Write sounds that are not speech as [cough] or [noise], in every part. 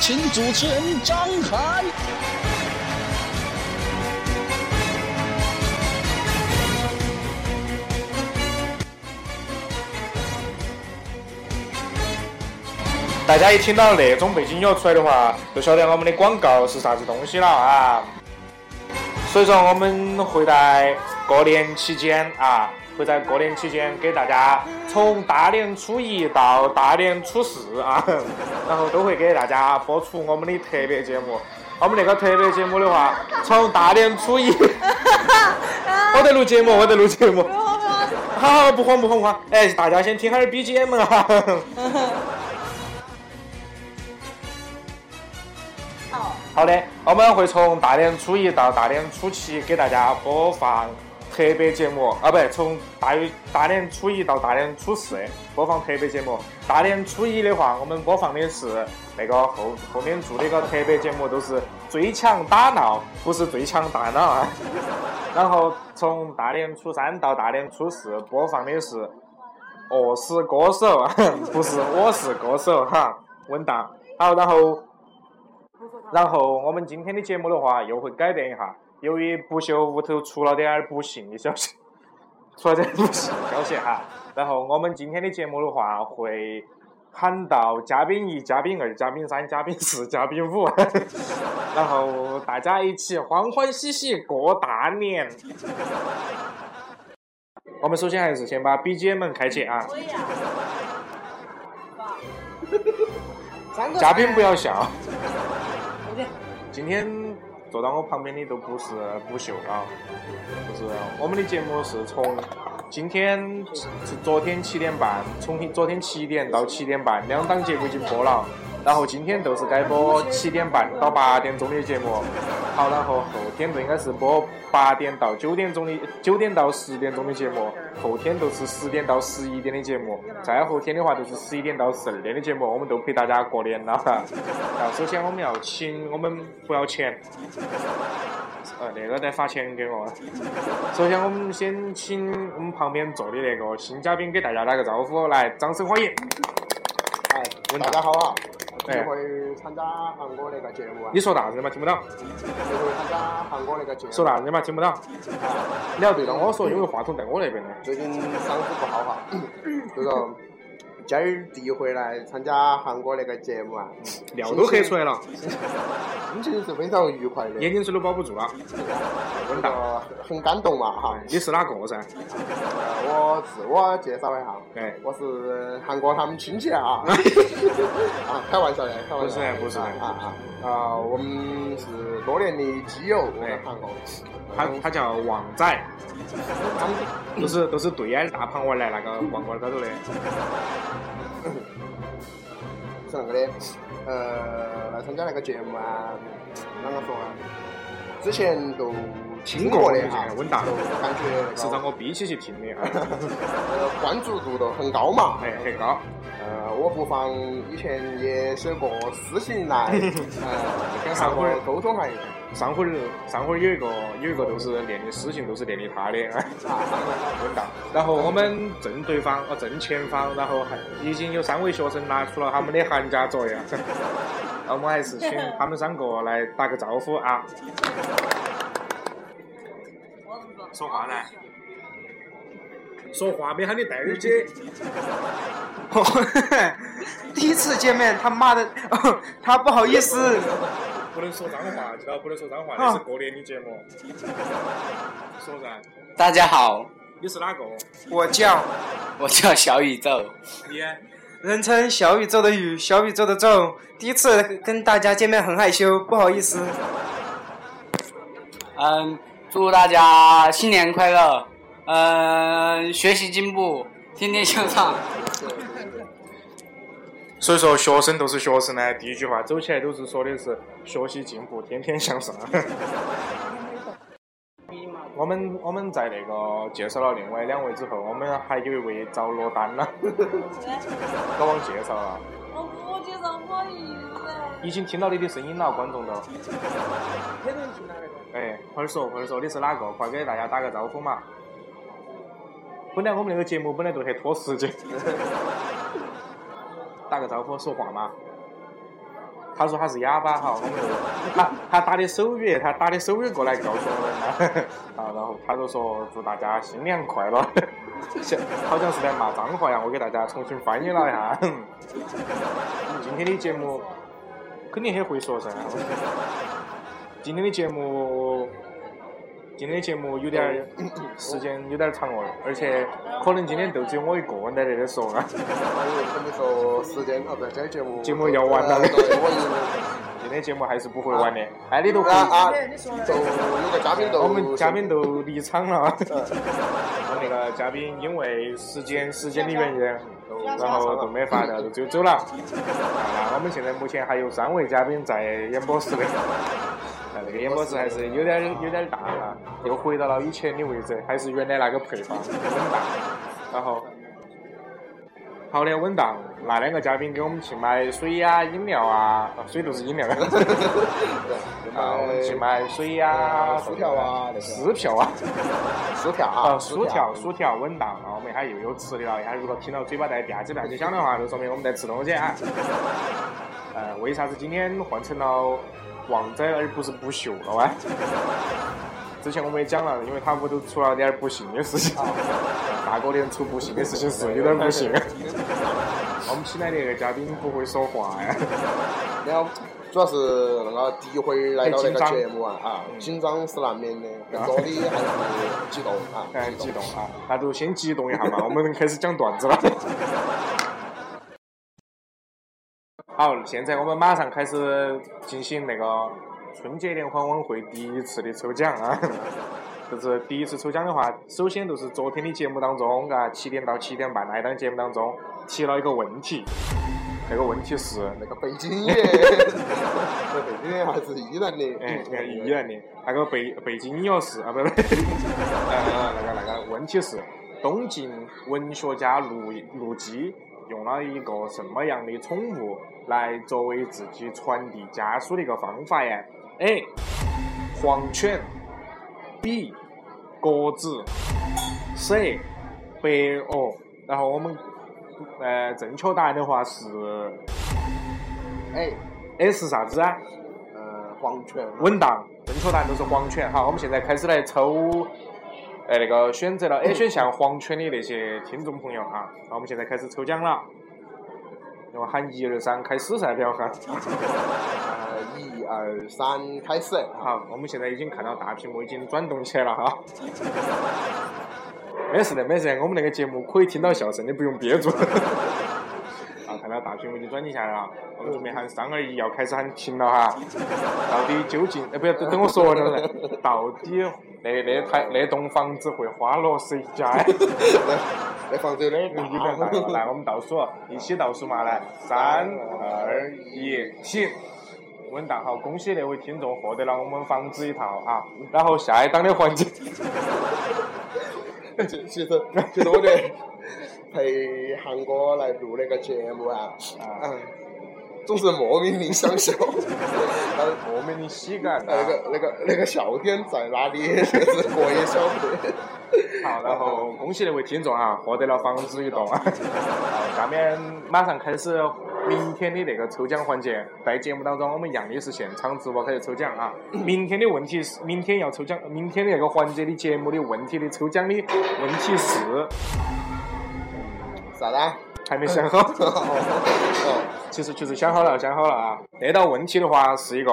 请主持人张涵。大家一听到那种背景音乐出来的话，就晓得我们的广告是啥子东西了啊。所以说，我们会在过年期间啊，会在过年期间给大家从大年初一到大年初四啊， [laughs] 然后都会给大家播出我们的特别节目。我们那个特别节目的话，从大年初一， [laughs] 我在录节目，我在录节目。好好，不慌不慌不慌。哎，大家先听哈儿 BGM 啊。好的，我们会从大年初一到大年初七给大家播放特别节目啊，不对，从大于大年初一到大年初四播放特别节目。大年初一的话，我们播放的是那个后后面做的一个特别节目，都是最强打闹，不是最强大脑啊。然后从大年初三到大年初四播放的是《我是歌手》，啊不是《我是歌手》哈，稳当。好，然后。然后我们今天的节目的话，又会改变一下。由于不秀屋头出了点儿不幸的消息， [laughs] 出了点儿不幸的消息哈。然后我们今天的节目的话，会喊到嘉宾一、嘉宾二、嘉宾三、嘉宾四、嘉宾五， [laughs] 然后大家一起欢欢喜喜过大年。我们首先还是先把 BGM 开起啊，三个嘉宾不要笑。有点今天坐到我旁边的都不是不秀啊，就是我们的节目是从今天是昨天七点半，从昨天七点到七点半两档节目已经播了，然后今天就是该播七点半到八点钟的节目，好，然后后天就应该是播八点到九点钟的九点到十点钟的节目，后天就是十点到十一点的节目，再后天的话就是十一点到十二点的节目，我们都陪大家过年了哈。啊，首先我们要请我们不要钱，呃，那个再发钱给我。首先我们先请我们旁边坐的那个新嘉宾给大家打个招呼，来，掌声欢迎。哎，大家好啊！哎今天会参加韩国那个节目啊，你说啥子嘛？听不到。今天会参加韩国那个节目。说啥子嘛？听不到。你要对到我说，因为话筒在我那边呢。最近嗓子不好哈，就是说今儿第一回来参加韩国那个节目啊，尿都喝出来了，心情是非常愉快的，眼睛水都包不住了。啊哎这个很感动嘛哈。你是哪个噻？呃我自我介绍一下，哎我是韩国他们亲戚啊，啊，开玩笑的，开玩笑的，不是不是啊啊啊，啊我们是多年的基友，我们韩国，他他叫王仔，他们都是都是对岸大胖娃儿来那个王冠高头的。是那个的，呃，来参加那个节目啊，啷个说啊？之前都听过的哈，稳当都感觉是那让个我逼起去听的啊。呃关注度都很高嘛。哎，很高。呃，我不妨以前也写过私信来，呃，跟韩国人沟通下一下。上回儿上回儿有一个有一个都是练的私信，都是练的他的， [laughs] 稳当。然后我们正对方哦正前方，然后还已经有三位学生拿出了他们的寒假作业， [laughs] 那我们还是请他们三个来打个招呼啊。说话呢？说话没喊你戴耳机。 [laughs] 第一次见面，他妈的， [laughs] 他不好意思，不能说脏话，知道不能说脏话，那是过年的节目。说噻，大家好，你是哪个？我叫我叫小宇宙。你？人称小宇宙的宇，小宇宙的宙。第一次跟大家见面很害羞，不好意思。嗯，祝大家新年快乐，嗯，学习进步，天天向上。所以说，学生都是学生呢，第一句话走起来都是说的是学习进步，天天向上。 [laughs] 我们我们在那个介绍了另外两位之后，我们还有一位遭落单了， [laughs] 搞忘介绍了，我不介绍我一已经听到你的声音了，观众都。天天听到那个。哎，快点说，快点说，你是哪个？快给大家打个招呼嘛！本来我们那个节目本来就很拖时间，打个招呼说话嘛。他说他是哑巴哈，我们就他他打的手语，他打的手语过来告诉我们的 [laughs] 啊，然后他就说祝大家新年快乐， [laughs] 像好像是在骂脏话呀，我给大家重新翻译了一下。今天的节目肯定很会说噻，今天的节目。今天的节目有点儿 [coughs] 时间有点儿长哦，而且可能今天就只有我一个人在这里说啊。我以为跟你说时间哦，对，今天节目节目要完了呃对，我以今天节目还是不会完的，哎，你都为回啊啊，你说都有个嘉宾都，我们嘉宾都离场了。嗯， [laughs] 我那个嘉宾因为时间时间的原因，都然后都没法了，就就走了。啊那我们现在目前还有三位嘉宾在演播室的，啊那这个演播室还是有点儿有点儿大了，又回到了以前的位置，还是原来那个配方稳当。然后，好的稳当，那两个嘉宾给我们去买水呀、饮料啊，啊水就是饮料。啊，我们去买水呀、薯条啊那些支票啊。薯条啊，啊，薯条，薯条稳当啊，我们一下又有吃的了。一下如果听到嘴巴在吧唧吧唧响的话，就说明我们在吃东西啊。 [laughs] 呃，为啥子今天换成了旺仔而不是不秀了啊？ [laughs] 之前我们也讲了，因为他屋头出了点儿不幸的事情， [laughs] 大过年出不幸的事情是有点儿不幸。 [laughs] 我们请来的那个嘉宾不会说话呀、然后主要是那个第一回来到那很紧个张嗯节目啊，啊，紧张是难免的，更多的还是激动啊，哎，激动啊！那就先激动一下嘛，我们开始讲段子了。 [laughs] 好，现在我们马上开始进行那个春节联欢晚会第一次的抽奖啊！ [laughs] 就是第一次抽奖的话，首先就是昨天的节目当中，啊，七点到七点半那一档节目当中提了一个问题，那个问题是那个北京爷，那北京爷还是依然的，哎，那个嗯依然的，那个北北京音乐史啊，不不， [laughs] 呃，那个那个问题是，东晋文学家陆陆机用了一个什么样的宠物来作为自己传递家书的一个方法呀？A. 黄犬，B. 鸽子，C. 白鹅。然后我们呃，正确答案的话是哎， A 是啥子啊？呃，黄泉，稳当，正确答案都是黄犬。好，我们现在开始来抽，呃，那个选择了 A 选项黄犬的那些听众朋友啊，好，我们现在开始抽奖了。那么喊一二三开始噻，不要喊。呃，一二三，开始，好，我们现在已经看到大屏幕已经转动起来了哈。没事的，没事的，我们那个节目可以听到笑声，你不用憋住。啊，看到大屏幕已经转移下来了，我们准备喊三二一，要开始喊停了哈。到底究竟？哎，不要等等我说完了噻。到底那那台那栋房子会花落谁家？哎那房子有点你们来大，来，我们倒数，一起倒数嘛，来，三二一，起！稳当好，恭喜那位听众获得了我们房子一套啊！然后下一档的环节，其其实其实我觉得陪韩哥来录那个节目啊，啊嗯，总是莫名的想 [laughs] 笑，呃莫名的喜感啊那个那个那个笑点在哪里？ [laughs] 就是我也晓得。好，然后恭喜那位听众啊，获得了房子一栋。好下面马上开始明天的那个抽奖环节，在节目当中我们一样的是现场直播开始抽奖啊。明天的问题是，明天要抽奖，明天的那个环节的节目的问题的抽奖的问题是。啥子？还没 [laughs] 想好，哦，其实其实想好了，想好了啊。那道问题的话是一个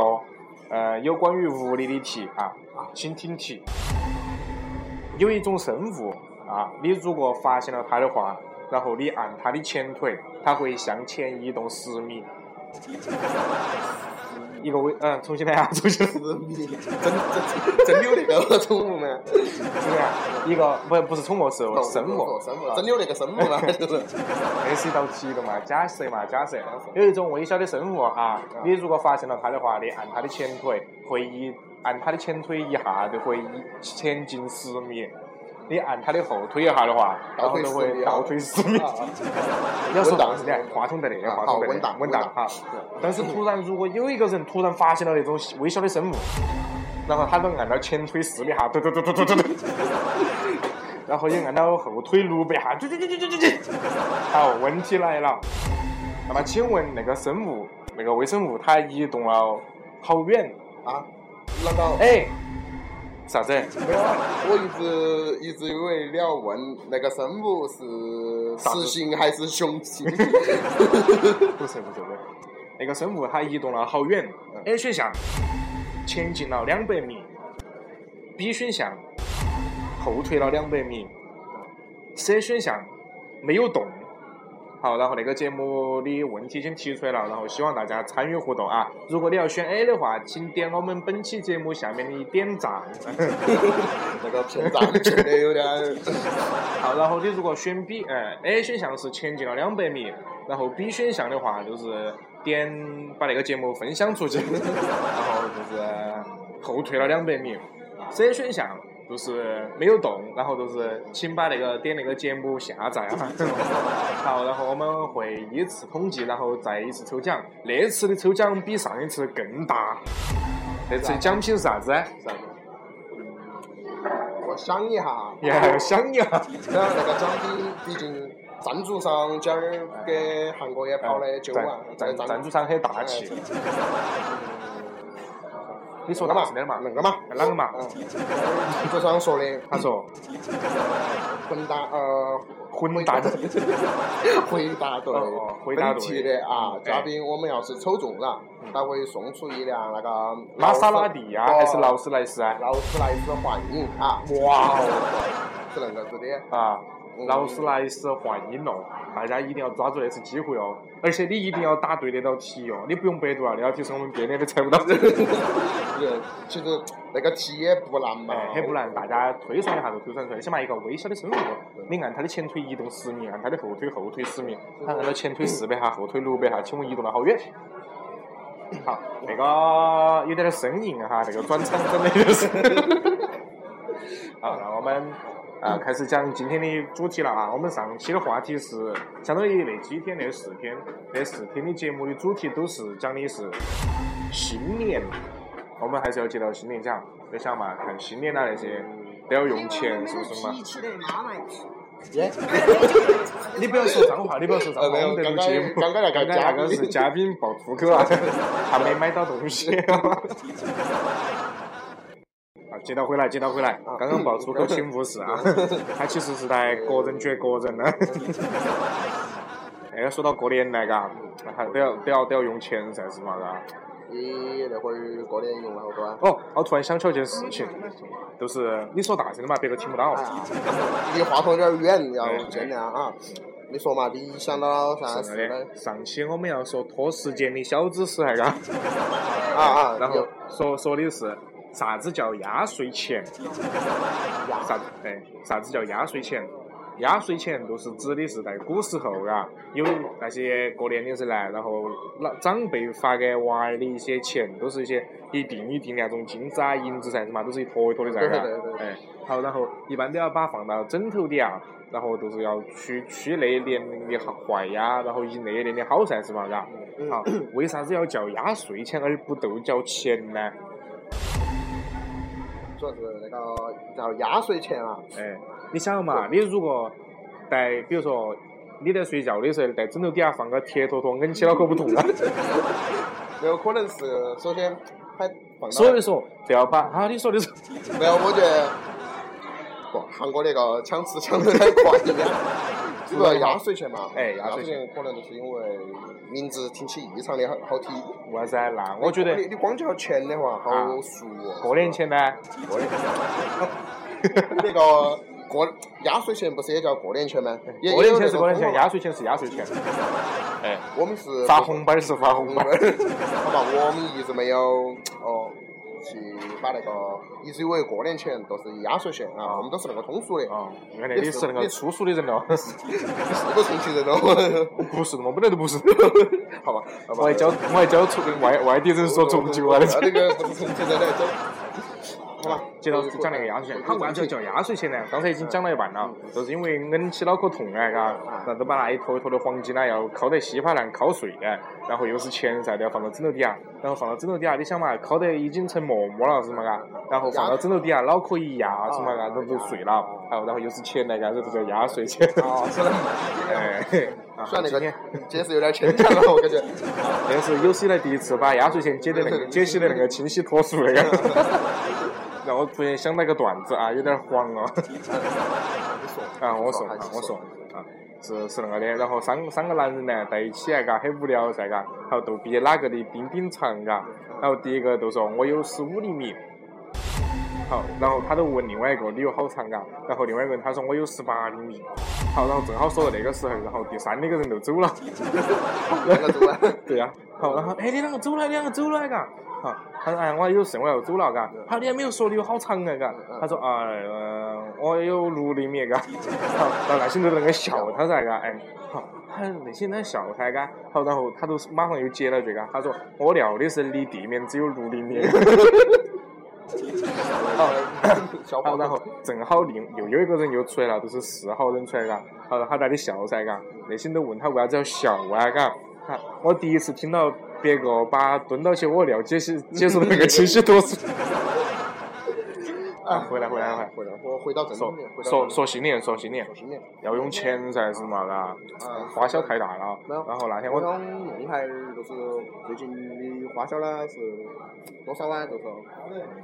呃有关于物理的题啊，请听题。有一种生物啊，你如果发现了它的话，然后你按它的前腿，它会向前移动十 [laughs] 米。一个位，嗯，重新来啊，重新来。是你真真真有那个宠物吗？怎么样？啊一个不不是宠物，是生物物，。啊生物，真有那个生物 [laughs] 吗？就是这是一道题的嘛，假设嘛，假设有一种微小的生物啊，你如果发现了它的话，你按它的前腿，会一按它的前腿一下就会一前进十米。你按它的后腿一下的话，然后就会倒退十啊米。 [laughs] 要说当时的话筒在那个，话筒在那个稳当稳当稳哈。但是突然，如果有一个人突然发现了那种微小的生物，然后他都按到前腿四百下，嘟嘟嘟嘟嘟 [laughs] 嘟嘟，然后也按到后腿六百下，嘟嘟嘟嘟嘟嘟嘟。好，问题来了，那么请问那个生物那个微生物它移动了好远。啊，那个，哎，啥子？没事，我一直一直以为你要问那个生物是啥子雌性还是雄 [laughs] 性，不是不是不是，那个生物它移动了好远。A 选项前进了两百米，B 选项后退了两百米，C 选项没有动。好，然后那个节目的问题已经提出来了，然后希望大家参与互动啊！如果你要选 A 的话，请点我们本期节目下面的点赞。那个屏障觉得有点儿，好，然后你如果选 B，哎、a 选项是前进了两百米，然后 B 选项的话就是点把那个节目分享出去， [laughs] 然后就是后退了两百米。C 选项就是没有动，然后就是请把那个点那个节目下载啊。 [laughs] 好，然后我们会依次统计，然后再依次抽奖。那次的抽奖比上一次更大，那次奖品是啥子？啥子我想一下，你还要想一下。然后那个奖品毕竟赞助商今儿给韩国也跑了九万，这赞个赞赞助商很大气。你说那他个嘛嘛是的嘛？那个啷嘛，个嘛？嗯，赞助商说的他说混搭呃。混蛋。回答对，哦哦回答对本题的啊，哎嘉宾我们要是抽中了，他会送出一辆那个玛莎拉蒂呀，劳还斯是劳斯莱斯啊？劳斯莱斯幻影啊，哇是恁个子的，啊嗯！劳斯莱斯幻影龙，大家一定要抓住那次机会哦！而且你一定要答对那道题哦，你不用百度啊，那道题是我们编的，都猜不到。对，其实那个题也不难嘛，哎，很不难，大家推算一下就推算出来。先把一个微小的生物，你按它的前腿移动十米，按它的后腿后退十米，它按到前腿四百下，后腿六百下，请问移动了好远？好，那个有点儿生硬哈，这个转场真的就是。好，那我们啊、开始讲今天的主题了啊。我们上期的话题是相当于那几天那四天那四天的节目的主题都是讲的是新年，我们还是要接到新年讲。你想嘛，看新年啊那些都要用钱，是不是嘛脾？气的，妈卖去。你不要说脏话，你不要说脏话，呃没有我们在录节目。刚刚那刚个刚那个嘉宾是嘉宾爆粗口啊，他没买到东西。 [laughs] 啊好，接到回来，接到回啊来，刚刚爆粗口，请勿 [laughs] 视啊。他其实是在个人卷个人呢。啊 [laughs] 哎，说到过年来嘎，还都要都要都要用钱噻，是嘛嘎？你那会儿过年用了好多啊，哦，我突然想起了一件事情，就是你说大声的嘛，别个听不到哎。呀，离话筒有点远，要见谅啊。你说嘛，你想到啥是事呢？的，上期我们要说拖时间的小知识，还嘎。啊啊，然后说说的是啥子叫压岁钱？啥子哎，啥子叫压岁钱？压岁钱就是指的是在古时候啊，有那些过年的时候来，然后老长辈发给娃儿的一些钱，都是一些一锭一锭那种金子啊、银子噻，是嘛，都是一坨一坨的噻，对嘎对对对哎，好，然后一般都要把它放到枕头底啊，然后就是要取取那年龄的好坏呀，然后以那一年的好噻，是嘛，嘎。嗯好，为啥子要叫压岁钱而不都叫钱呢？主要是那个叫压岁钱啊，哎，你想嘛，你如果在比如说你在睡觉的时候，在枕头底下放个铁坨坨，硬起脑壳不痛 [laughs] 了。没有可能是首先还放到所以说，不要把啊，你说的是没有，我觉得不韩国那个抢吃抢得太快一点。主要压岁钱嘛，哎压压岁岁钱钱可能就是因为名字听起异常的好好听。为啥子啊？那我觉得啊你你光叫钱的话，好俗哦。过年前呢，过年， [laughs] 那个过压岁钱不是也叫过年钱吗？也过年前是过年钱，。也有那个压岁钱是压岁 [laughs] 钱，哎说法我们是发红包是发红红包包。。好吧，我们一直没有哦。去把那个，一直以为过年钱都是压岁钱啊，我们都是那个通俗的。 [laughs] 哦，原来你是那个粗俗的人哦， [laughs] 我重庆人哦，不是的嘛，本来就不是。 [laughs] 好吧，好吧。我还教我还教出外外地人说重庆话的。那个不是重庆人来讲。好吧，接到讲那个压岁钱，他为啥子要叫压岁钱呢？刚才已经讲了一半了，就是因为硬起脑壳痛哎，嘎，然后把那一坨一坨的黄金呢，啊要敲得稀巴烂，敲碎哎，然后又是钱噻，都要放到枕头底下，然后放到枕头底下，你想嘛，敲得已经成沫沫了是嘛嘎，然后放到枕头底下，脑壳一压是嘛 [laughs] 嘎，都都碎了，好，然后又是钱来嘎，这就叫压岁钱。哦，是的，哎， [laughs] 啊，虽然那今个天解释有点牵强了，我感觉。那是有史以来第一次把压岁钱解的那个解析的那个清晰脱俗那个，然后突然想到一个段子啊，有点黄哦。啊，我说啊，我说啊，是是那个的。然后三三个男人呢在一起啊，嘎，很无聊噻，嘎，然后逗比哪个的丁丁长，嘎，然后第一个就说我有十五厘米。好，然后他就问另外一个你有好长嘎，然后另外一个人他说我有十八厘米，好，然后正好说到那个时候，然后第三那个人就走了，那个主管，对呀、好，然后哎，你啷个走了？你啷个走了？嘎，好，他说哎，我有事，我要走了，嘎。好，你还没有说你有好长啊，嘎。他说啊，嗯、我有六厘米，嘎。好，然后那些人在那个笑他噻，嘎，哎，好，他那些人在笑他，嘎。好，然后他都马上又接了一句，嘎，他说我尿的是离地面只有六厘米。小好，伙然后正好另又有一个人又出来了，就是四号人出来了。好，他在那里笑噻，嘎。那些人都问他为啥子要笑啊，嘎。他我第一次听到别个把蹲到起屙尿解释解释的那个清晰度是。啊，回来回来回来，回来，我回到正说题，回到说说新年说新年，新年。要用钱噻是嘛嘎，啊花销太大了。没有然后那天我我想弄下儿，就是最近的花销呢是多少啊？就是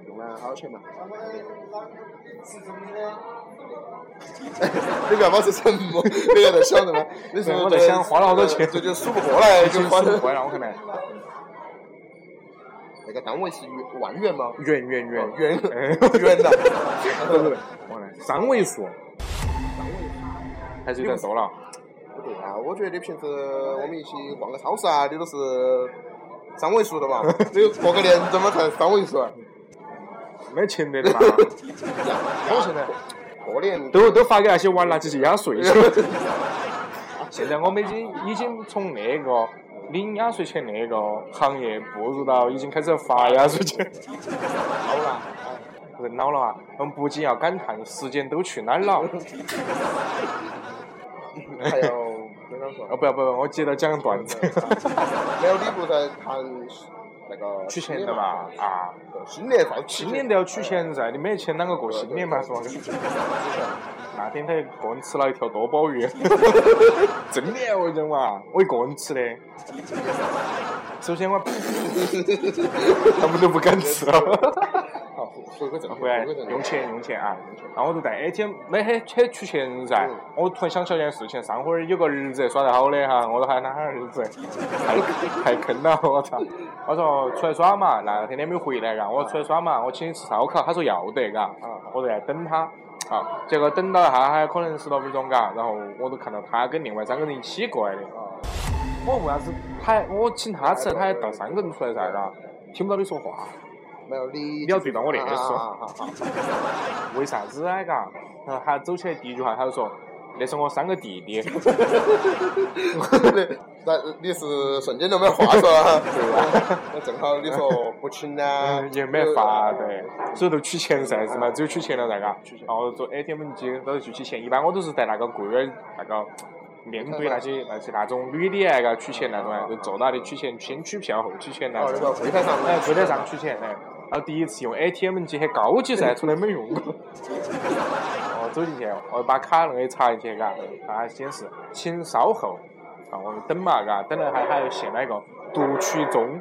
用了好多钱嘛。 [laughs] 你不要保持沉默，你要在想什么？你是不是呃我在想花了好多钱这就数不 [laughs] 过来，就花回来我看来，那个单位是元万元吗？圆圆圆元哎 [laughs] 元 [laughs] 的，不是，我来三位数，还是有点多了。不对啊！我觉得平时我们一起逛个超市啊，你都是三位数 [laughs] 的嘛，只有过个年怎么才三位数啊？没钱的嘛，我现在过年 [laughs] 都都发给那些娃儿拿去去压岁去。 [laughs] 现在我们已经已经从那个领压岁钱那个行业步入到已经开始发压岁钱， [laughs] 老了，哎人老了啊，我们不仅要感叹时间都去哪儿哦了，还要跟他说哦，不要不要，我接着讲段子， [laughs] 没有你不在谈那个取钱的嘛啊，新年造新年都要取钱噻，你没钱啷个过新年嘛是吧？那天他一个人吃了一条多宝鱼，真的我讲嘛，我一个人吃的。首先我他们都不敢吃了。好，回归正题，回来回归正题用钱用钱啊！然后我就在 ATM 没很很取钱噻嗯，我突然想起了一件事情，上回儿有个儿子耍得好的哈，我都喊他儿子，太太坑了，我操！我说出来耍嘛，那天你没有回来嘎，我说出来耍嘛，我请你吃烧烤，他说要得嘎，我在等他。好，结果等到哈哈，可能十多分钟嘎，然后我都看到他跟另外三个人一起过来的。我为啥子他我请他吃，他还带三个人出来噻嘎，听不到你说话。没有你你要对到我那啊个啊说，啊啊啊为啥子啊？嘎，然后他走起来第一句话，他就说：“那是我三个弟 [laughs] 弟。那你是瞬间都没话说啊？对呀，那正好你说不请呢嗯，，也没法，对， [laughs] 所以就取钱噻，是嘛？只有取钱了噻，嘎。然后做 ATM 机，然后就取钱。一般我都是在那个柜员那个面对那些那些那种女的啊，嘎取钱那种啊，就坐到那里取钱，先取票后取钱那哦，那种。个柜台上，哎，柜台上取钱，哎，然后第一次用 ATM 机很高级噻，从来没用过。哦，走进去，我把卡那个一插进去，嘎，它显示请稍后，啊，我们等嘛，嘎，等了还还有现那一个读取中，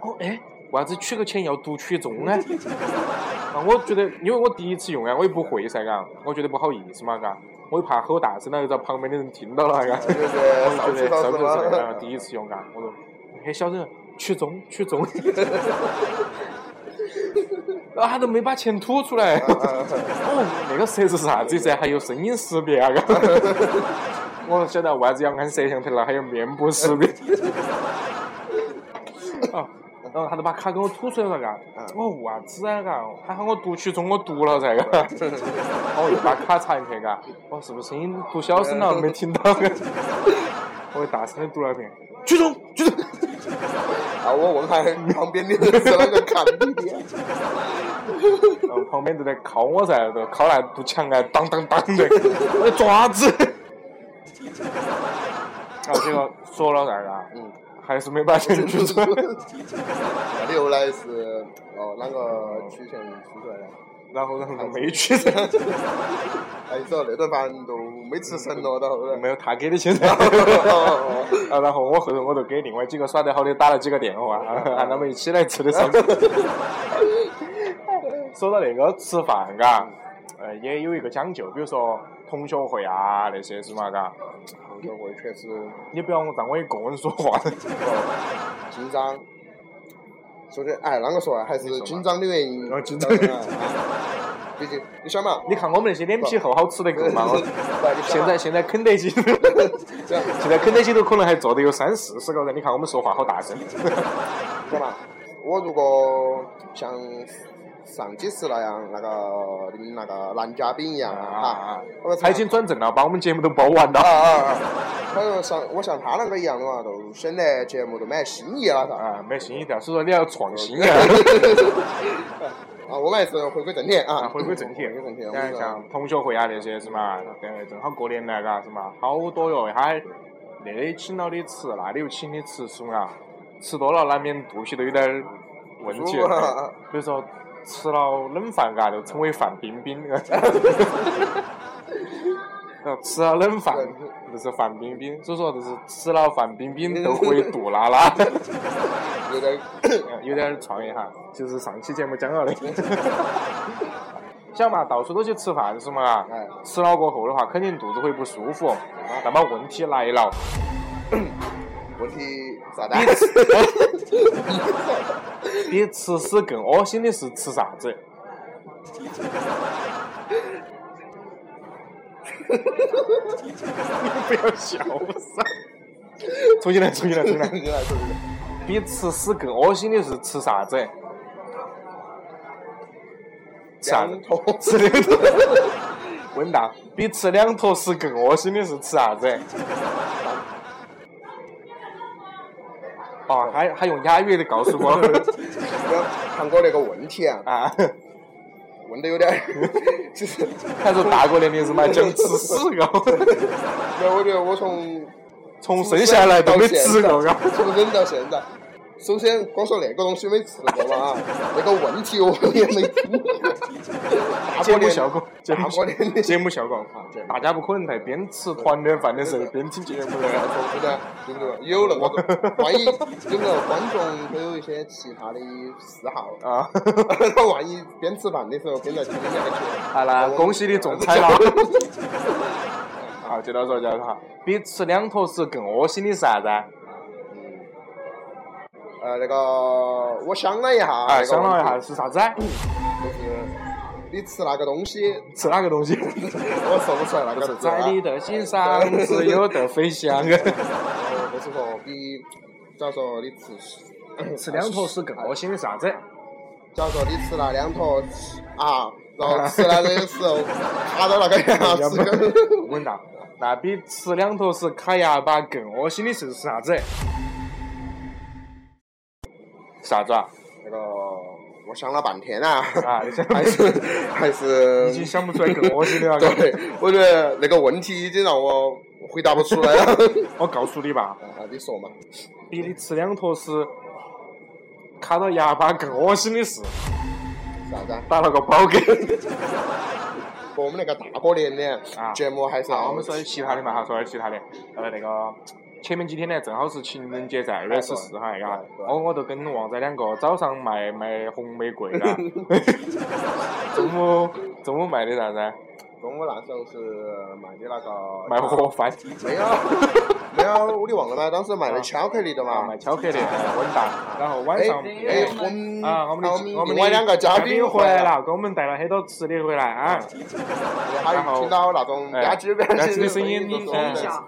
哦，哎，为啥子取个钱要读取中呢？啊，我觉得因为我第一次用啊，我也不会噻，嘎，我觉得不好意思嘛，嘎，我又怕吼大声了，又遭旁边的人听到了，嘎。就是我少就觉吃得少手吃指是那 [laughs] 嘛个。第一次用嘎，我说，嘿，小人，取中，取 [laughs] 中，然后啊他都没把钱吐出来。啊 [laughs] 哦，那个设置是啥子噻？还有声音识别啊！嘎 [laughs] 我晓得为啥子要按摄像头了，还有面部识别。啊，然后他就把卡给我吐出来了嘎，嗯我为啥子啊嘎？他喊我读取中，我读了噻嘎，我又把卡插进去嘎，我是不是声音读小声了？没听到嘎，我又大声的读了一遍，举中举中。啊，我问下旁边的是啷个看的？然后哦旁边都在敲我噻，都敲那堵墙啊，当当当的，我爪子。然后结果说了噻嘎，嗯，还是没把钱取出来。那你后来是哦啷个取钱取出来的？然后然后没去成，哎，你说那顿饭都没吃成咯，到后头。没有他给的钱。 [laughs] 啊，然后我后头我就给另外几个耍得好的打了几个电话， [laughs] 让他们一起来吃的烧烤。 [laughs] 说到那个吃饭，嘎，呃，也有一个讲究，比如说同学会啊那些是嘛，嘎，同学会确实你不要让我一个人说话。 [laughs] 紧张。说的，哎，啷个说啊？还是紧张的原因。哦紧张的原因啊毕竟你想嘛，你看我们那些脸皮厚，好吃得够 [laughs] 吗？我现在现在肯德基， [laughs] 这样现在肯德基都可能还坐得有三四十个人，你看我们说话好大 [laughs] 声。对嘛？我如果像上几次那样，那个你们那个男嘉宾一样啊，哈，我他已经转正了，把我们节目都播完了。啊啊啊！ [laughs] 他说像我像他那个一样的话，都省得节目都蛮新意了噻。啊，没新意调，所以说你要创新 [laughs] 啊。 [laughs] 啊，我们还是回归正题啊，嗯啊，回归正题，回归正题。我们像像同学会啊那些是嘛？对，正好过年来嘎是嘛？好多哟，他还那里请了你吃，那里又请你吃，是嘛？吃多了难免肚皮都有点儿问题，[laughs] 不舒服啊对比如说吃了冷饭嘎，就称为范冰冰。 [laughs] 呃吃了冷饭就是范冰冰，所以说就是吃了范冰冰都会肚拉拉，有点有点儿创意哈，就是上期节目讲了的。想嘛，到处都去吃饭是嘛？哎吃了过后的话，肯定肚子会不舒服。那么问题来了，问题啥子啊？你比吃屎更恶心的是吃啥子？ [laughs] 你不要笑噻！重新来，重新来，重新来！ [laughs] 你来说说。比吃屎更恶心的是吃啥子？吃啥子两坨？吃两坨。问答，比吃两坨屎更恶心的是吃啥子？哦，还还用押韵的告诉我韩国那个问题啊，啊！问的有点儿， [laughs] 就是，他说大过年的是嘛，讲吃屎啊， [laughs] 没有我觉得我从从生下来都没吃过啊。出生到现在，首先光说那个东西没吃过 [laughs] 嘛啊，那个问题我也没听过。节目 [laughs] 效果，节大目过效年的果，节目效果，大家不可能在边吃团圆饭的时候边听节目的。对不对？对不对？有那个，万一有那个观众都有一些其他的嗜好，啊，他万一边吃饭的时候边在听你那个节目，好了，恭喜你中彩了。 [laughs] 好，接着说，接着说哈，比吃两坨屎更恶心的是啥子哎啊？呃，那个我想了一下，啊，那个想了一问下题，是啥子啊？就是你吃那个东西，吃哪个东 [laughs] 西？我说不出来那个是字啊在你的心上，自由的飞翔。 [laughs] 呃就是说你，假如说你吃，吃两坨屎更恶心的是啥子？假如说你吃了两坨啊，然后吃了的时候 [laughs] 卡到那个牙齿我问答，那比吃两坨屎卡牙巴更恶心的是啥子？啥子啊？那个我想了半天啊，啊，你想还是 [laughs] 还是已经想不出来更恶心的了。对，我觉得那个问题已经让我回答不出来了。 [laughs] 我告诉你吧，啊，你说嘛？比你吃两坨屎卡到牙巴更恶心的是啥子啊？打了个饱嗝。和我们那个大过年的啊节目还是好，要我们说点其他的嘛，哈，说点其他的。呃，那个前面几天呢，正好是情人节在二月十四号，嘎对，对我我就跟王仔两个早上卖卖红玫瑰， [laughs] 嘎，中午中午卖的啥子？中午那时候是卖的那个 [laughs] 卖盒饭，没有没有，你忘了吗？当时卖的巧克力的啊，嘛卖。巧克力，呃稳当。然后晚哎上，哎，我们啊，我们的我们另的外两个嘉宾回来了，了，给我们带了很多吃的回来 [laughs] 啊。还然有后听到那种哎吧唧吧吧唧唧的的声声音音，嗯一下，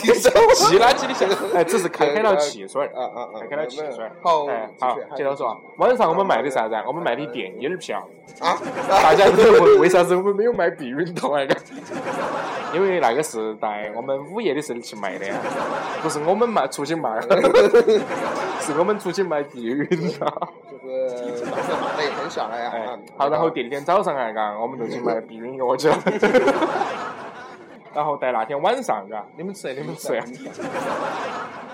提手吸垃圾的香，哎，只是开开了汽水儿啊啊啊！开开了汽水儿。好，哎，继好续，接着说啊。晚上我们卖的啥子啊？我们卖的电影票，啊，大家都在问 [laughs] 为啥子我们没有卖避孕套那个？ [laughs] 因为那个是在我们午夜的时候去卖的，不是我们卖出去卖， [laughs] 是我们出去卖避孕套。就是当时骂了一天下来哎啊，，好，然后第二天早上啊，嘎，我们就去买避孕药去了。 [laughs] 然后在那天晚上，嘎，你们吃，你们吃。 [laughs]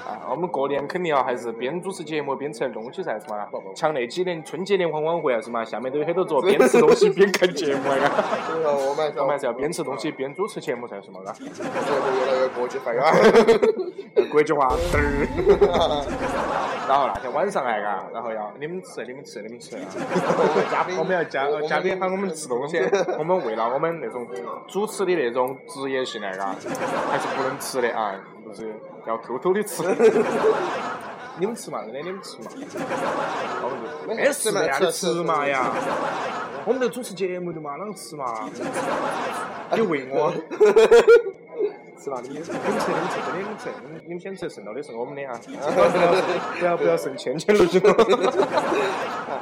啊，我们过年肯定要还是边主持节目边吃点东西噻，是嘛？像那几年春节联欢晚会啊，是嘛？下面都有很多桌边吃东西边看节目啊，所以说我们还是我要们还是要边吃东西边主持节目噻，是嘛？嘎，呃这个越来越国际化了。啊 [laughs] 国际化，嘚儿。 [laughs] 然后那天晚上哎，嘎，然后要你们吃，你们吃，你们吃。啊嘉宾我们要嘉我们嘉宾喊我们吃东西，我们为了我们那种主持的那种职业性来哎嘎，还是不能吃的啊，就是要偷偷的吃。 [laughs] 你们吃嘛，真的你们吃嘛，我哎们就没事嘛，哎呀，你吃嘛呀，我们在主持节目的嘛，啷个吃嘛？你问我。是吧？你们你们吃，你们吃，真的你们吃，你们你们先吃，剩到的是我们的啊！不要不要剩芊芊了，就。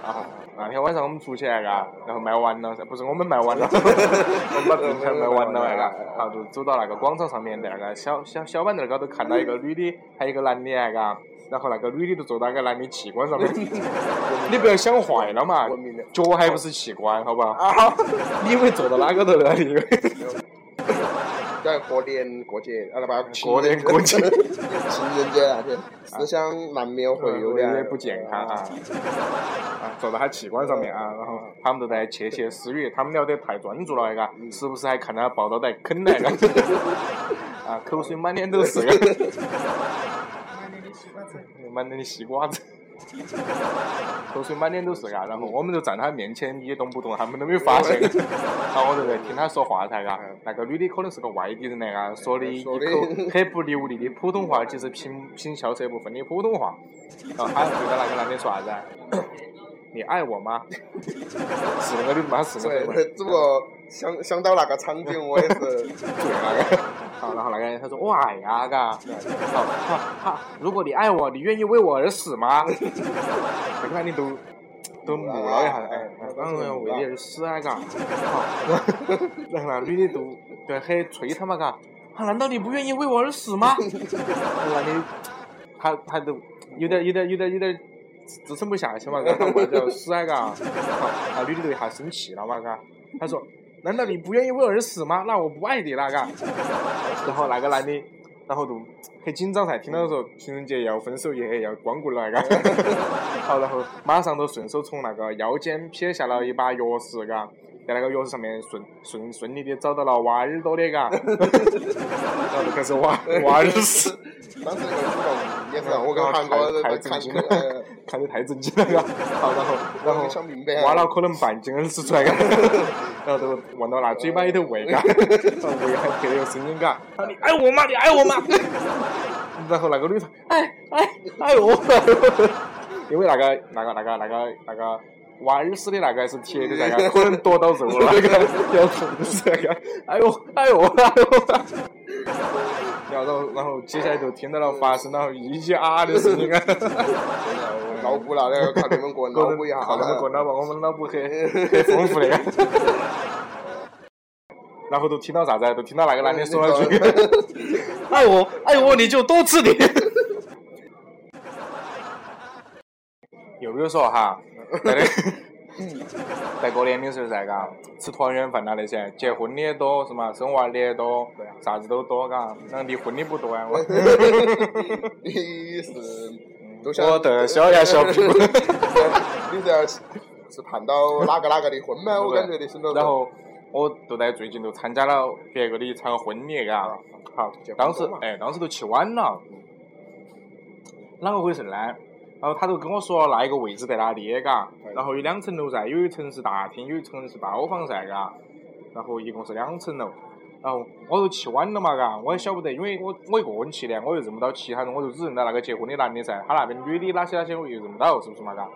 啊，那天晚上我们出去来嘎，然后卖完了噻，不是我们卖完了，我们把地摊卖完了来嘎，然后就走到那个广场上面，在那个小小小板凳高头看到一个女的，还有一个男的来嘎。然后那个女的就坐到那个男的器官上面，你不要想坏了嘛，脚还不是器官，好吧？你以为坐到哪个头了？你以为在过年过节，啊，那把过年过节 [laughs] 情人节那天，思想难免会有点点不健康啊。啊，坐到他器官上面啊，然后他们都在窃窃私语，他们聊得太专注了，嘎，时不时还看到他抱到在啃来，嘎， [laughs] 啊，口水满脸都是，嘎，满脸的西瓜子。口水满脸都是啊嘎，然后我们就站他面前一动不动，他们都没有发现。然后啊我就在听他说话噻，嘎，那个女的可能是个外地人来嘎，说的一口嗯说的很不流利的普通话，就是平平翘舌不分的普通话。然后他对到那个男的说啥子啊？ [coughs] 你爱我吗？ [laughs] 是那个的妈是那个的对，只不过想想到那个场景，我也是对那个。好，然后那个人他说我爱呀，嘎。好，好，好，如果你爱我，你愿意为我而死吗？那个男的都都木了一下，哎，当然要为你而死啊，嘎。好，然后那女的都对很催他嘛，嘎。啊，难道你不愿意为我而死吗？那男的他他都有点有点有点有点支撑不下去嘛，嘎，他为了死啊，嘎。好，那女的就一下生气了嘛，嘎。他说。难道你不愿意为我而死吗？那我不爱你了，嘎。 [laughs] 然后那个男的，然后就很紧张噻，听到说情人节要分手也要光棍了，嘎。 [laughs] 好，然后马上都顺手从那个腰间撇下了一把钥匙，嘎。在那个钥匙上面顺顺顺利的找到了挖耳朵的，嘎。 [laughs] 然后就开始挖挖耳屎。当时那个举动也是 [laughs] 让我跟韩哥在呃太看震看惊那了个， [laughs] 看得太震惊了，嘎。好，然后然我后没想明白挖了可能半斤耳屎出来，嘎。 [laughs] 然后都闻到那嘴巴里头味，嘎，胃还特别有声音，嘎。他说你爱我吗？你爱我吗？然后那个女说，哎哎哎呦， [laughs] 因为那个那个那个那个那个挖耳屎的那个还是铁的那个，可能剁到肉 [laughs] 了，那个要痛死那个，哎呦哎呦哎呦。 [laughs] 然后，然后接下来就听到了发生了一些啊的声音啊，脑补了，然后看你们过脑补一下，靠那么过脑吧，我们脑补 [laughs] 很很丰富的。然后都听到啥子？都听到那个啊男的说了句：“ [laughs] 爱我，爱我，你就多吃点。”有没有说哈？在 [laughs] 那嗯在过年的时候噻，嘎，吃团圆饭呐那些，结婚的也多是嘛，生娃儿的也多，啥子都多嘎，那离婚的不多啊。我你是都想 [laughs] 我的小呀小屁股。 [laughs] 你这样是是盼到哪个哪个离婚吗？我感觉你心头。然后我就在最近就参加了别个的一场婚礼，嘎，好，当时哎，当时都去晚了，啷个回事呢？然后他就跟我说那一个位置在哪里，嘎，然后有两层楼噻，有一层是大厅，有一层是包房噻，嘎，然后一共是两层楼。然后我就去晚了嘛，嘎，我也晓不得，因为我我一个人去的，我又认不到其他人，我就只认到那个结婚的男的噻，他那边女的哪些哪些我又认不到，是不是嘛，嘎？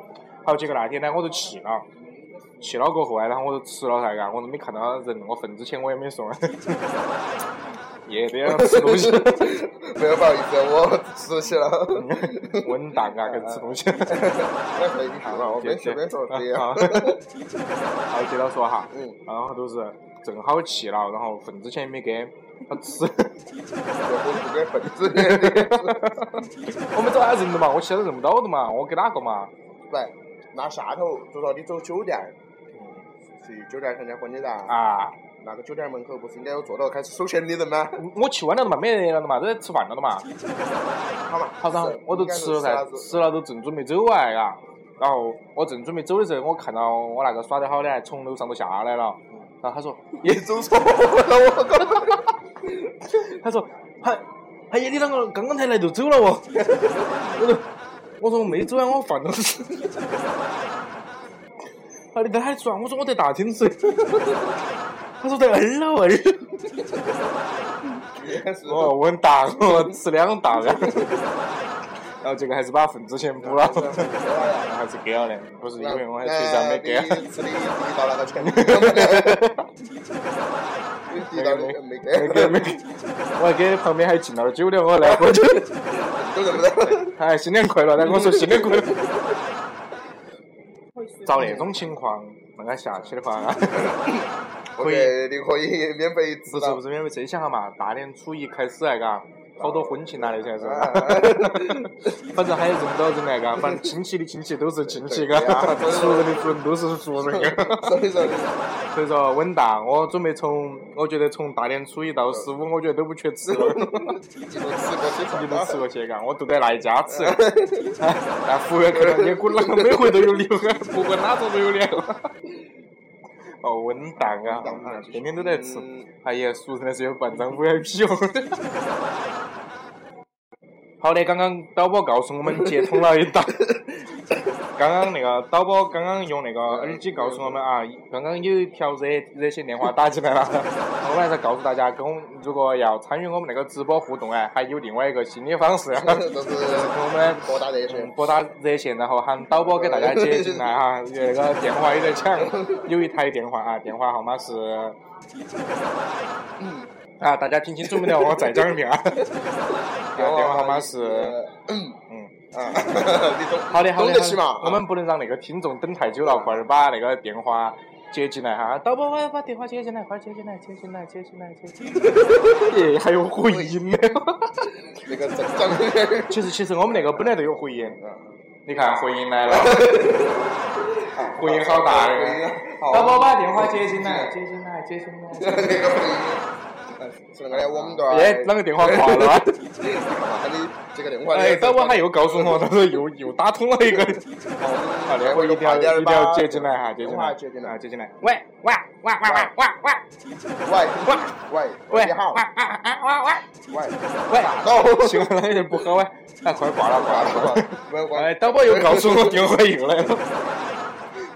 好，结果那天呢，我就去了，去了过后啊，然后我就吃了噻，嘎，我都没看到人，我份子钱我也没送， [laughs] 也别让吃东西，没有不好意思，我吃起了。嗯稳当啊，开始吃东西。啊哎，可以看了，我没事没事，这好，样。然后接着说哈，嗯，然后都是正好去了，然后份子钱也没给，他吃。我不给份子。我们找他认得嘛，我其他人认不到的嘛，我给哪个嘛？来，那下头就说你走酒店，去酒店参加婚礼噻。嗯啊，那个酒店门口不是应该有坐到开始收钱的人吗？我去完了都嘛，没人了都嘛，都在吃饭了都嘛。好嘛，好是噻，我都吃了应该噻是，吃了都正准备走啊，嘎。然后我正准备走的时候，我看到我那个耍得好的还从楼上头下来了，然后他说 [laughs] 也走错了，我靠！他说：“哎哎呀，你啷个刚刚才来就走了哦？” [laughs] 我说：“我说我没走啊，我饭都 [laughs] 吃。”啊，你在哪里吃啊？我说我在大厅吃。 [laughs] 他说在二楼二。哦，我很大，我吃两大啊。 [laughs] 然后结果还是把份子钱补 [laughs] 了，还是给了的，不是因为我还实际上没给。那你吃的地道那个钱，你地道的没没给给， [laughs] 没给，我还给旁边还敬了点酒的，我来喝酒。都认不得。哎，新年快乐！但我说新年快乐。照那种情况，那个下去的话，我觉得你可以免费不吃是不 [laughs] 到。是免费这想下嘛，大年初一开始来嘎，好多婚庆啊那些是，啊反正还有认不到人来嘎，反正亲戚的亲戚都是亲戚嘎对呀，熟人的熟人都是熟人嘎。所以说，所以说稳当，我准备从，我觉得从大年初一到十五，我觉得都不缺吃了。你都吃过去你算都吃了。过去嘎，我都在那一家吃。那服务员看到你滚哪个每回都有理由，不管哪种都有理由。哦，温蛋啊！天天都在吃。哎呀，熟人还是有半张 VIP 哦。 [laughs] 好的，刚刚导播告诉我们接通了一档。刚刚那个导播刚刚用那个耳机告诉我们啊，刚刚有一条热热线电话打进来了。 [laughs] 我们还是告诉大家，跟我们如果要参与我们那个直播互动哎，还有另外一个新的方式。都是我们拨打热嗯线，拨打热线，然后喊导播给大家接进来啊！那个电话也在抢，有一台电话啊，电话号码是。啊，大家听清楚没得？我再讲一遍啊！啊电话号码是，嗯，啊，你懂。好的好的懂得起嘛，我们不能让那个听众等太久了，快点把那个电话接进来哈！导播，我要把电话接进来，快点接进来，接进来，接进来，接进来！耶，还有回音呢！那个正 [laughs] 常。 [laughs] 其实其实我们那个本来都有回音，你看回音来了， [laughs] 回 Ah. 音好大回音呀！好导播把电话接进来，接进来，接进来。那个回音，是那个我 [laughs] 们段哎，啷个电话哎挂 [laughs] 了？他的这个电话。哎，导播他又告诉 [laughs] 我，他说又又打通了一个。好，那会儿一哎定要一定要接进来哈，接进来，接进啊，来。接进来。喂喂喂喂喂喂喂喂喂喂，你好喂，喂喂，喂到喂，行了，有点不喝喂，啊那快挂了挂挂了了挂挂了了。，喂哎，喂，导播又告 [laughs] 诉我电话又 [laughs] 来了，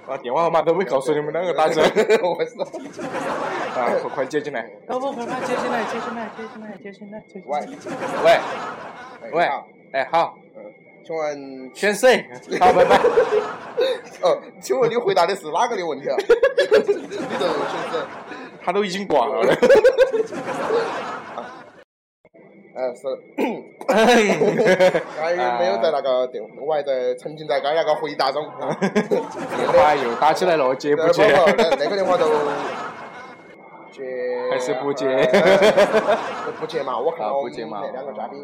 啊，电话号码都没告诉你们两个 [laughs] 打起来，我操，啊，快快接进来，要不快把接进来，接进来，接进来，接进来，接进来。 [laughs] 喂喂喂喂，，哎好，请问选谁？好，拜拜。哦，请问你回答的是哪个的问 [laughs] 题啊？你都先生，他都已经挂了嘞， [laughs] 呃是，还啊没有在那个电，我还在沉浸在刚才那个回 [laughs] 答中。电话又打起来了，接不 [laughs] 呃接？不不那那个电话都接 [laughs] 还是不接呃不接嘛，我看啊我不接嘛们那两个嘉宾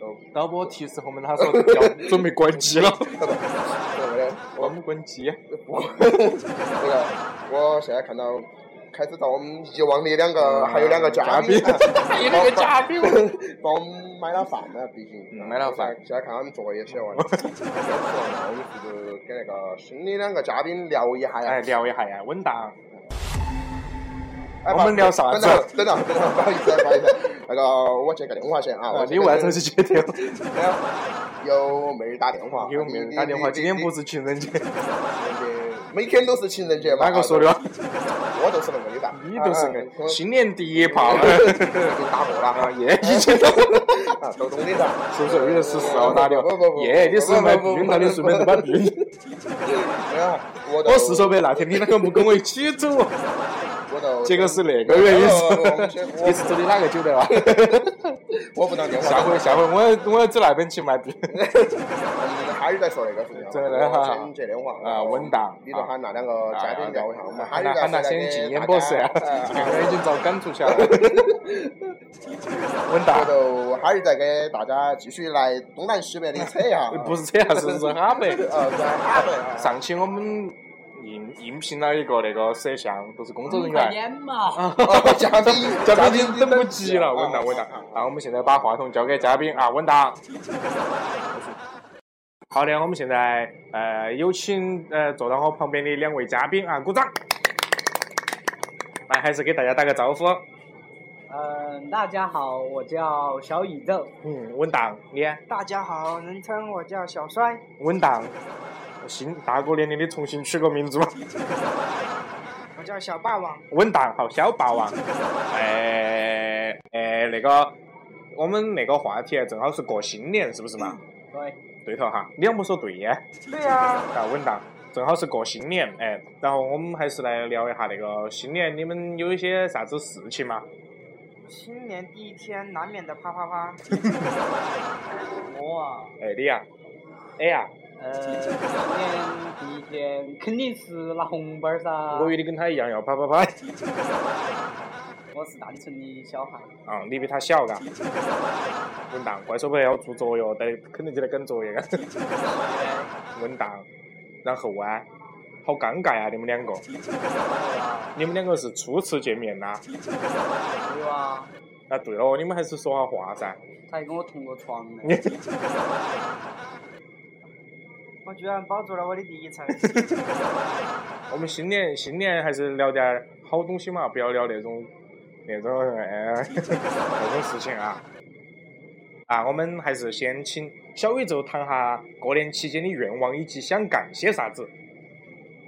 都导播提示我们，他说要准备关机 [laughs] 了，对不对？我们关机。啊我 [laughs] 那个，我现在看到开始到我们以往的嗯两个，还有两个嘉宾， [laughs] 还有两个嘉宾， [laughs] 帮我们买了饭呢，毕竟嗯买了饭。现在看他们作业写完，了， [laughs] 那我们是不是给那个新的两个嘉宾聊一下哎，呀？聊一下呀，稳当。哎我们聊啥等子等等等等等，不好意思，不好意思，那个我接个电话先啊，我啊，你为啥这子去接电话？没有？有妹儿打电话，有没有打电话？今天不是是情 [laughs] 人节，每天都是情人节嘛？哪个说的？我就是那个女的，你就是啊个我新年第一 [laughs] 炮。已经打过了啊哈，耶，已经到啊，都懂的噻。是不是有点十四号打的不不？不，耶，你是卖避不孕套的，顺便就把避孕。没有，我我是说，说呗，那天你啷个不跟我一起走哦？我都结果是那个原因不不不我们先是，你是走的哪个酒店啊？我不当电话。下回下回我要我要走那边去卖避孕。嗯还是在说那个事情啊。真的哈我先接电话啊稳当你就喊那两个嘉宾聊一下，我们喊还是他在喊他说先那禁个烟大博家士啊，哎这哎个已经遭赶出去了。稳我当，都还是在给大家继续来东南西北的扯一下啊。不是这样，是是哈白。呃，在哈北啊，上期我们一应应聘了一个那个摄像，都是工作人快员。点嘛！哦嘉宾啊 [laughs] 嘉宾已经等不及了，我温达温达。啊，我们现在把话筒交给嘉宾啊，温达。 [laughs] 好的，我们现在呃有请呃坐到我旁边的两位嘉宾啊，鼓掌。来，还是给大家打个招呼。嗯，大家好，我叫小宇宙。嗯，稳当，你大家好，人称我叫小帅。稳当。新大过年的，你重新取个名字嘛。我叫小霸王，稳当，好，小啊霸 [laughs] 王。哎哎，那个，我们那个话题啊正好是过新年，是不是嘛？对，对头哈，你要没说对呀？对呀、啊，稳当，正好是过新年，哎，然后我们还是来聊一下那个新年，你们有一些啥子事情吗？新年第一天难免的啪啪啪，我啊，哎，你呀、哎呀，呃，今天第一天肯定是拿红包儿噻。我以为你跟他一样要啪啪啪，我是单纯的小孩。啊、你比他小嘎，稳当，怪手朋友要做作业，得肯定就得赶作业嘎，稳当，然后啊，好尴尬啊，你们两个，你们两个是初次见面呐、对哇，啊，对哦，你们还是说下话噻，他还跟我同个床呢。 [laughs] 我居然保住了我的第一层。我们新年新年还是聊点儿好东西嘛，不要聊那种那种哎 [laughs] 那种事情啊。啊，我们还是先请小宇宙谈下过年期间的愿望以及想干些啥子。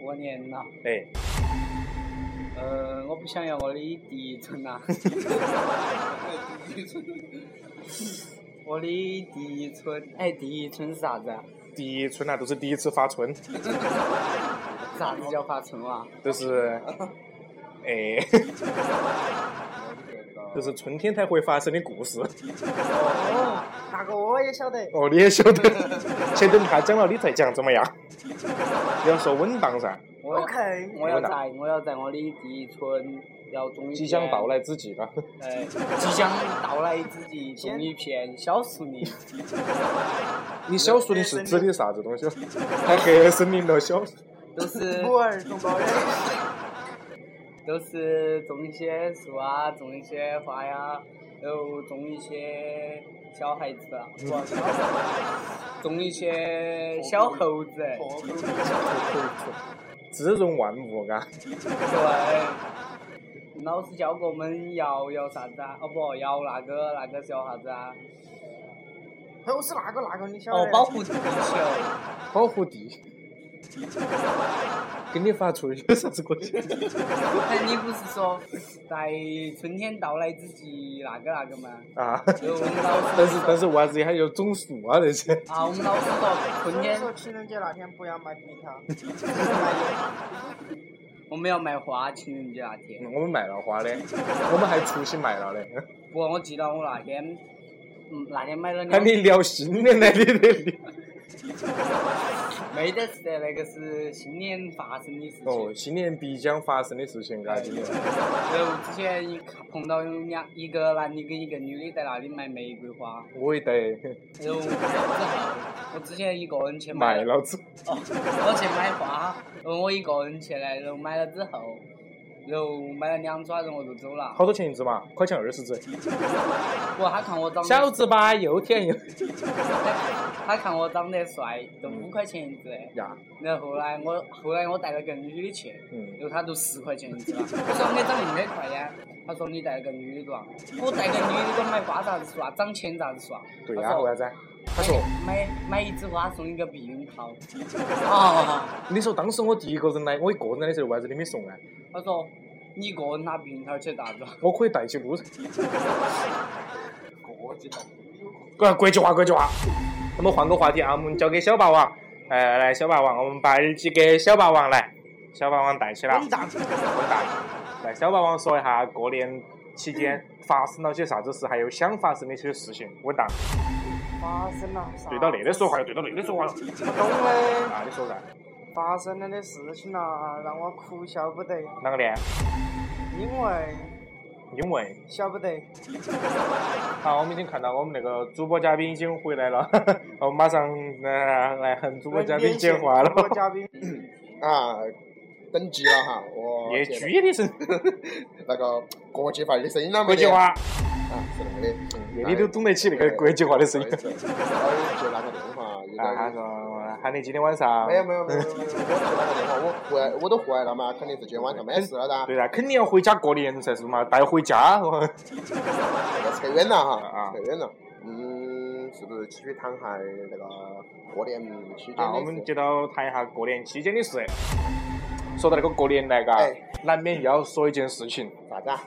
过年了，哎，呃，我不想要我的第一层啊。我的第一春，哎，第一春是啥子啊？第一春啊，都是第一次发春，啥子叫发春啊？都是哎， [laughs] 都是春天才会发生的故事。哦，那个我也晓得。哦，你也晓得，先等他讲了，你再讲怎么样？你要说稳当噻，我 OK，我要在我要在我的第一春要种一即将片到，来之际了。哎，即将到来之际种一片小树林，你小树林是指的啥子东西？还黑森林了小？都是木耳中包人，都是种一些树啊，种一些花呀，然后种一些小孩子啊，不小孩，种一些小猴子，滋润万物，啊嘎。对。老师教过我们要要啥子啊？哦不，要那个那个叫啥子啊？都是哪个哪个你晓得？哦，保护地球。保护地。跟你发出有啥子关系？哎，你不是说在春天到来之际那个那个吗？啊！然后我们老师但是但是为啥子还要种树啊那些？啊，我们老师说春所以天说情人节那天不要买冰糖，只买油糖。我们要卖花，情人节那天。我们卖了花的，我们还出去卖了 [laughs] 的，不过我记得我那天，嗯，那天买了喊两，你聊新年来你的没得事的，那个是新年发生的事情。哦，新年必将发生的事情，嘎，今年然后呃之前一看碰到有两一个男的跟一个女的在那里买玫瑰花，我也得然后之后我之前一个人去买卖，了子。哦，我去买花，然后我一个人去的，然后买了之后，然后买了两抓，然后我就走了。好多钱一只嘛？块钱二十只。不过他看我长得，小子吧，又甜又他看我长得帅，就五块钱一只。呀，然后后来我后来我带了个女的去，嗯然后她就十块钱一只了。我说你长那么快呀？她说你带了个女的装，我带个女的装买花咋子说啊？涨钱咋子说啊？对她呀，说为啥子？他说。买买一枝花送一个避孕套。 [laughs] 啊，你说当时我第一个人来，我一个人来的时候，为啥子你没送啊呢？她说你一个人拿避孕套去咋子？我可以带起路 [laughs] 人。国际国际化，国际化。我们换个话题啊，我们交给小霸王。呃，来，小霸王，我们把耳机给小霸王来，小霸王戴起了。滚蛋！混蛋！来，小霸王说一下过年期间发生了些啥子事，还有想发生的一些事情。混蛋！发生了啥？对到那里说话了，对到那里说话了。啊不懂嘞，啊，你说噻，发生了的事情啊，让我哭笑不得，哪个呢？因为因为晓不得。好，啊我们已经看到我们那个主播嘉宾已经回来了， [laughs] 我呃们马上来来和主播嘉宾接话 [laughs] 主播了。嘉宾，啊，等急了哈，我野天哪猪的声，那个国际化的声音了没国得际化，啊，是那个的，夜里都懂得起那个国际化的 [laughs] 声音然。后就拿个电话，有啊，他点。说喊你今天晚上没有没有没有，没有没有我就拿个电话，我回我都回来了嘛，肯定是今天晚上没事了的，对啦，肯定要回家过年才是嘛，带回家。扯远了哈啊，扯远了。嗯，是不是继续谈下那个过年期间啊，我的们事？接到谈一下过年期间的事。说到那个过年来嘎哎，难免要说一件事情，啥子啊？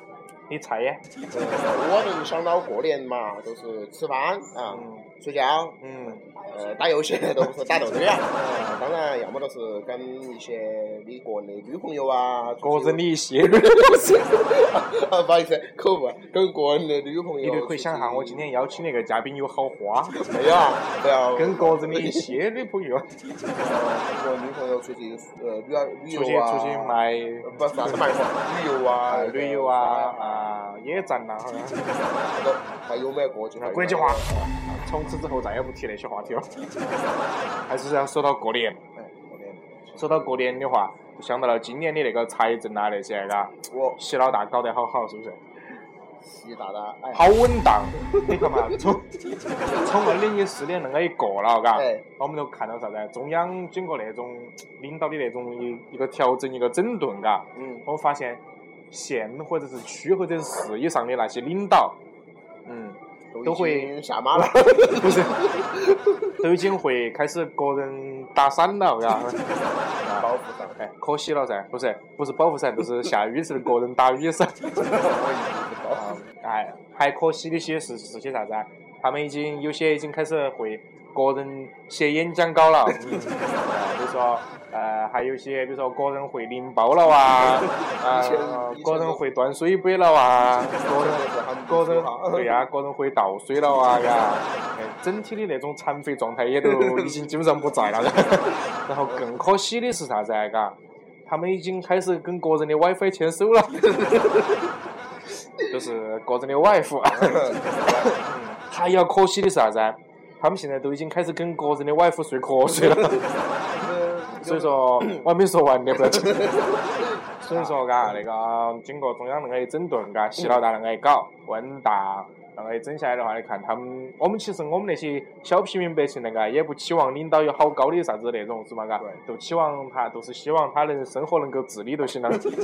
你猜呀？呃我们想到过年嘛，就是吃饭啊，嗯睡觉，嗯，呃，打游戏都不是打斗嘴 [laughs] 啊。呃当然，要么就是跟一些你个人的女朋友啊，个人的一些，啊， [laughs] 不好意思，口误，跟个人的女朋你友。就可以想哈，我今天邀请那个嘉宾有好花，没有啊，不要跟个人的一些女朋友我女朋友出去呃旅游旅出去游啊，出去卖呃不啥子卖货，旅游啊啊，旅游啊，啊野战呐，好像都还有没国际化？国际化。从此之后再也不提那些话题了， [laughs] 还是要说到过年。哎过年说到过年的话，就想到了今年的那个财政啊那些，嘎，我习老大搞得好好，是不是？习大大，哎，好稳当，你看嘛，从从二零一四年恁个一过了，嘎哎，我们都看到啥子？啊中央经过那种领导的那种一一个调整、一个整顿，嘎，嗯，我发现县或者是区或者是市以上的那些领导，嗯，都已会经 [laughs] 下马了。不是， [laughs] 都已经会开始个人打伞了， [laughs] 嘎。包袱上，哎，可惜了噻，不是不是保护伞，就是下雨时个人打雨伞。包 [laughs] 哎，还可惜的些是是些啥子啊？他们已经有些已经开始会个人写演讲稿了，嗯哎比如说呃，还有些比如说个人会拎包了啊，以前呃以，前个人都会端水杯了啊，个人袱，个人 [laughs] 哈对 [laughs] 呀、个人会倒水了啊，嘎，哎 [laughs] 整体的那种残废状态也都已经基本上不在了。 [laughs] 然后更可惜的是啥子啊，嘎，他们已经开始跟个人的 WiFi 牵手了， [laughs] 就是个人的 wife。还要可惜的是啥子啊？他们现在都已经开始跟个人的 wife 睡瞌睡了，所以说我还没说完呢，不要紧。所以说，嘎，那个经过中央那个一整顿，嘎，习老大那个一搞，温大那个一整下来的话，你看他们，我们其实我们那些小平民百姓那个，也不期望领导有好高的啥子那种，是嘛？嘎，都期望他，都是希望他能生活能够自理就行了。就是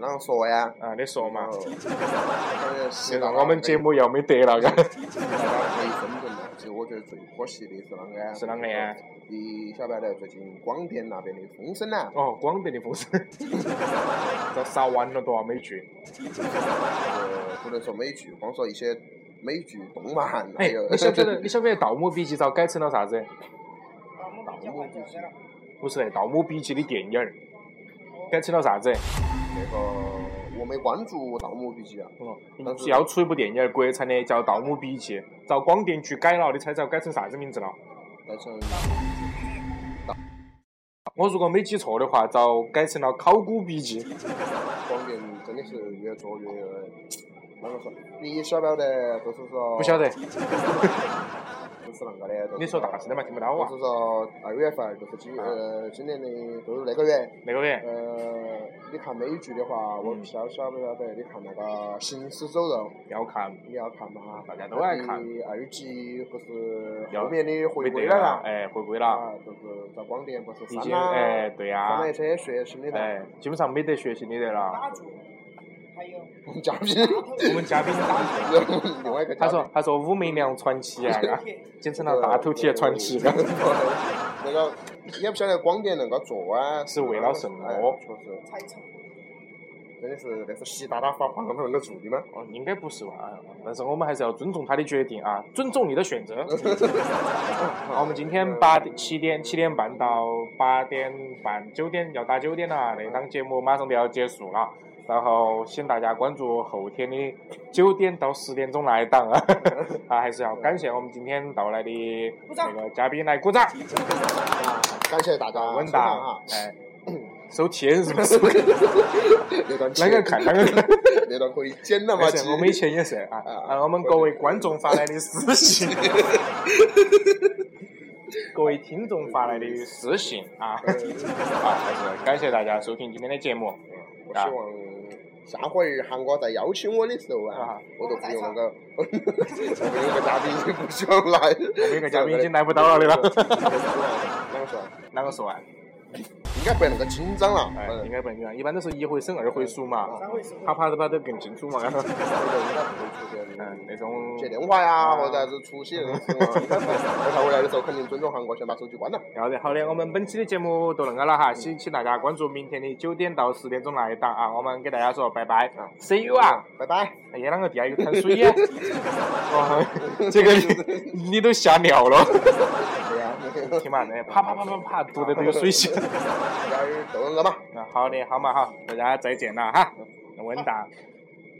啷个 [laughs] 说呀？啊，你说嘛然，后呃习就大让大我们节目要没得了，嘎。大家可以分正了。其实我觉得最可惜的是啷个呀？是啷个呀？你晓不晓得最近广电那边的风声呢？哦，广电的风声，遭杀完了多少美剧？呃，不能说美剧，光说一些美剧、动漫，还哎有，你晓 [laughs] 不晓得？你晓不晓得《盗墓笔记》遭改成了啥子？不是《盗墓笔记》的电影儿，改成了啥子？那个我没关注《盗墓笔记》啊，嗯，要出一部电影儿，国产的叫《盗墓笔记》，遭广电局改了，你猜遭改成啥子名字了？但是我如果没记错的话，遭改成了《考古笔记》。广电真的是越做越。啷个说？你晓不晓得？就是说，不晓得，就是啷个的？就是你说大声点嘛，听不到就啊是。说二月份，就是今呃今年的，就是那个月，那个人，呃，你看美剧的话，我不晓晓不晓得？你看那个《行尸走肉》，要看你要看吗？大家都爱看。二季不是要后面的回没归得了了啦，？哎，回归了，啊，就是在广电不是已删经了，哎，对删呀了，一些血腥 [laughs] 的了，哎，基本上没得学习的得了。我们嘉宾， [laughs] 我们嘉宾打字另外一个嘉他宾说他说武媚娘传奇 [laughs] 啊，简称了大头铁传奇。那个也不晓得广电那个做啊是为了什么哎确实，真的是那是习大大发胖他能够做的吗？哦，应该不是吧？但是我们还是要尊重他的决定啊，尊重你的选择。好，我们今天八点七点七点半到八点半九点要打九点了，那档节目马上就要结束了。然后请大家关注后天的九点到十点钟那一档啊， [laughs] 啊，还是要感谢我们今天到来的那个嘉宾来鼓掌。啊，感谢大家稳收看当哈，，哎， [coughs] 收钱是不是？那段啷个看啷个看？那段可以剪了嘛？没事，我们以前也是啊啊， [laughs] 啊，我们各位观众发来的私信。各位听众发来的私信啊！ [laughs] 啊，还是感谢大家收听今天的节目我啊希望下回韩国再邀请我的时候啊啊，我都不用那个，我不用个嘉宾已经不想来，我们一个嘉宾已经来不到了，对吧？啷个说？哪个说啊？应该不会那个紧张了，哎，应嗯，该不一样，一般都是一回生二回熟嘛，啪啪的啪都更清楚 [laughs] 嘛。嗯，那种接电话呀，或者是出席那种情况，我下回来的时候肯定尊重韩国，先把手机关了。要得，好的，我们本期的节目到恁个了哈，请请大家关注明天的九点到十点钟那一档啊，我们给大家说拜拜，See you 啊！拜拜。哎呀，啷个地下有滩水耶？哇，这个你你都吓尿了，对呀，听嘛，那啪啪啪啪啪，读的都有水性。 [laughs] 大家都能了嘛。那好的，好嘛哈，大家再见了哈，稳当。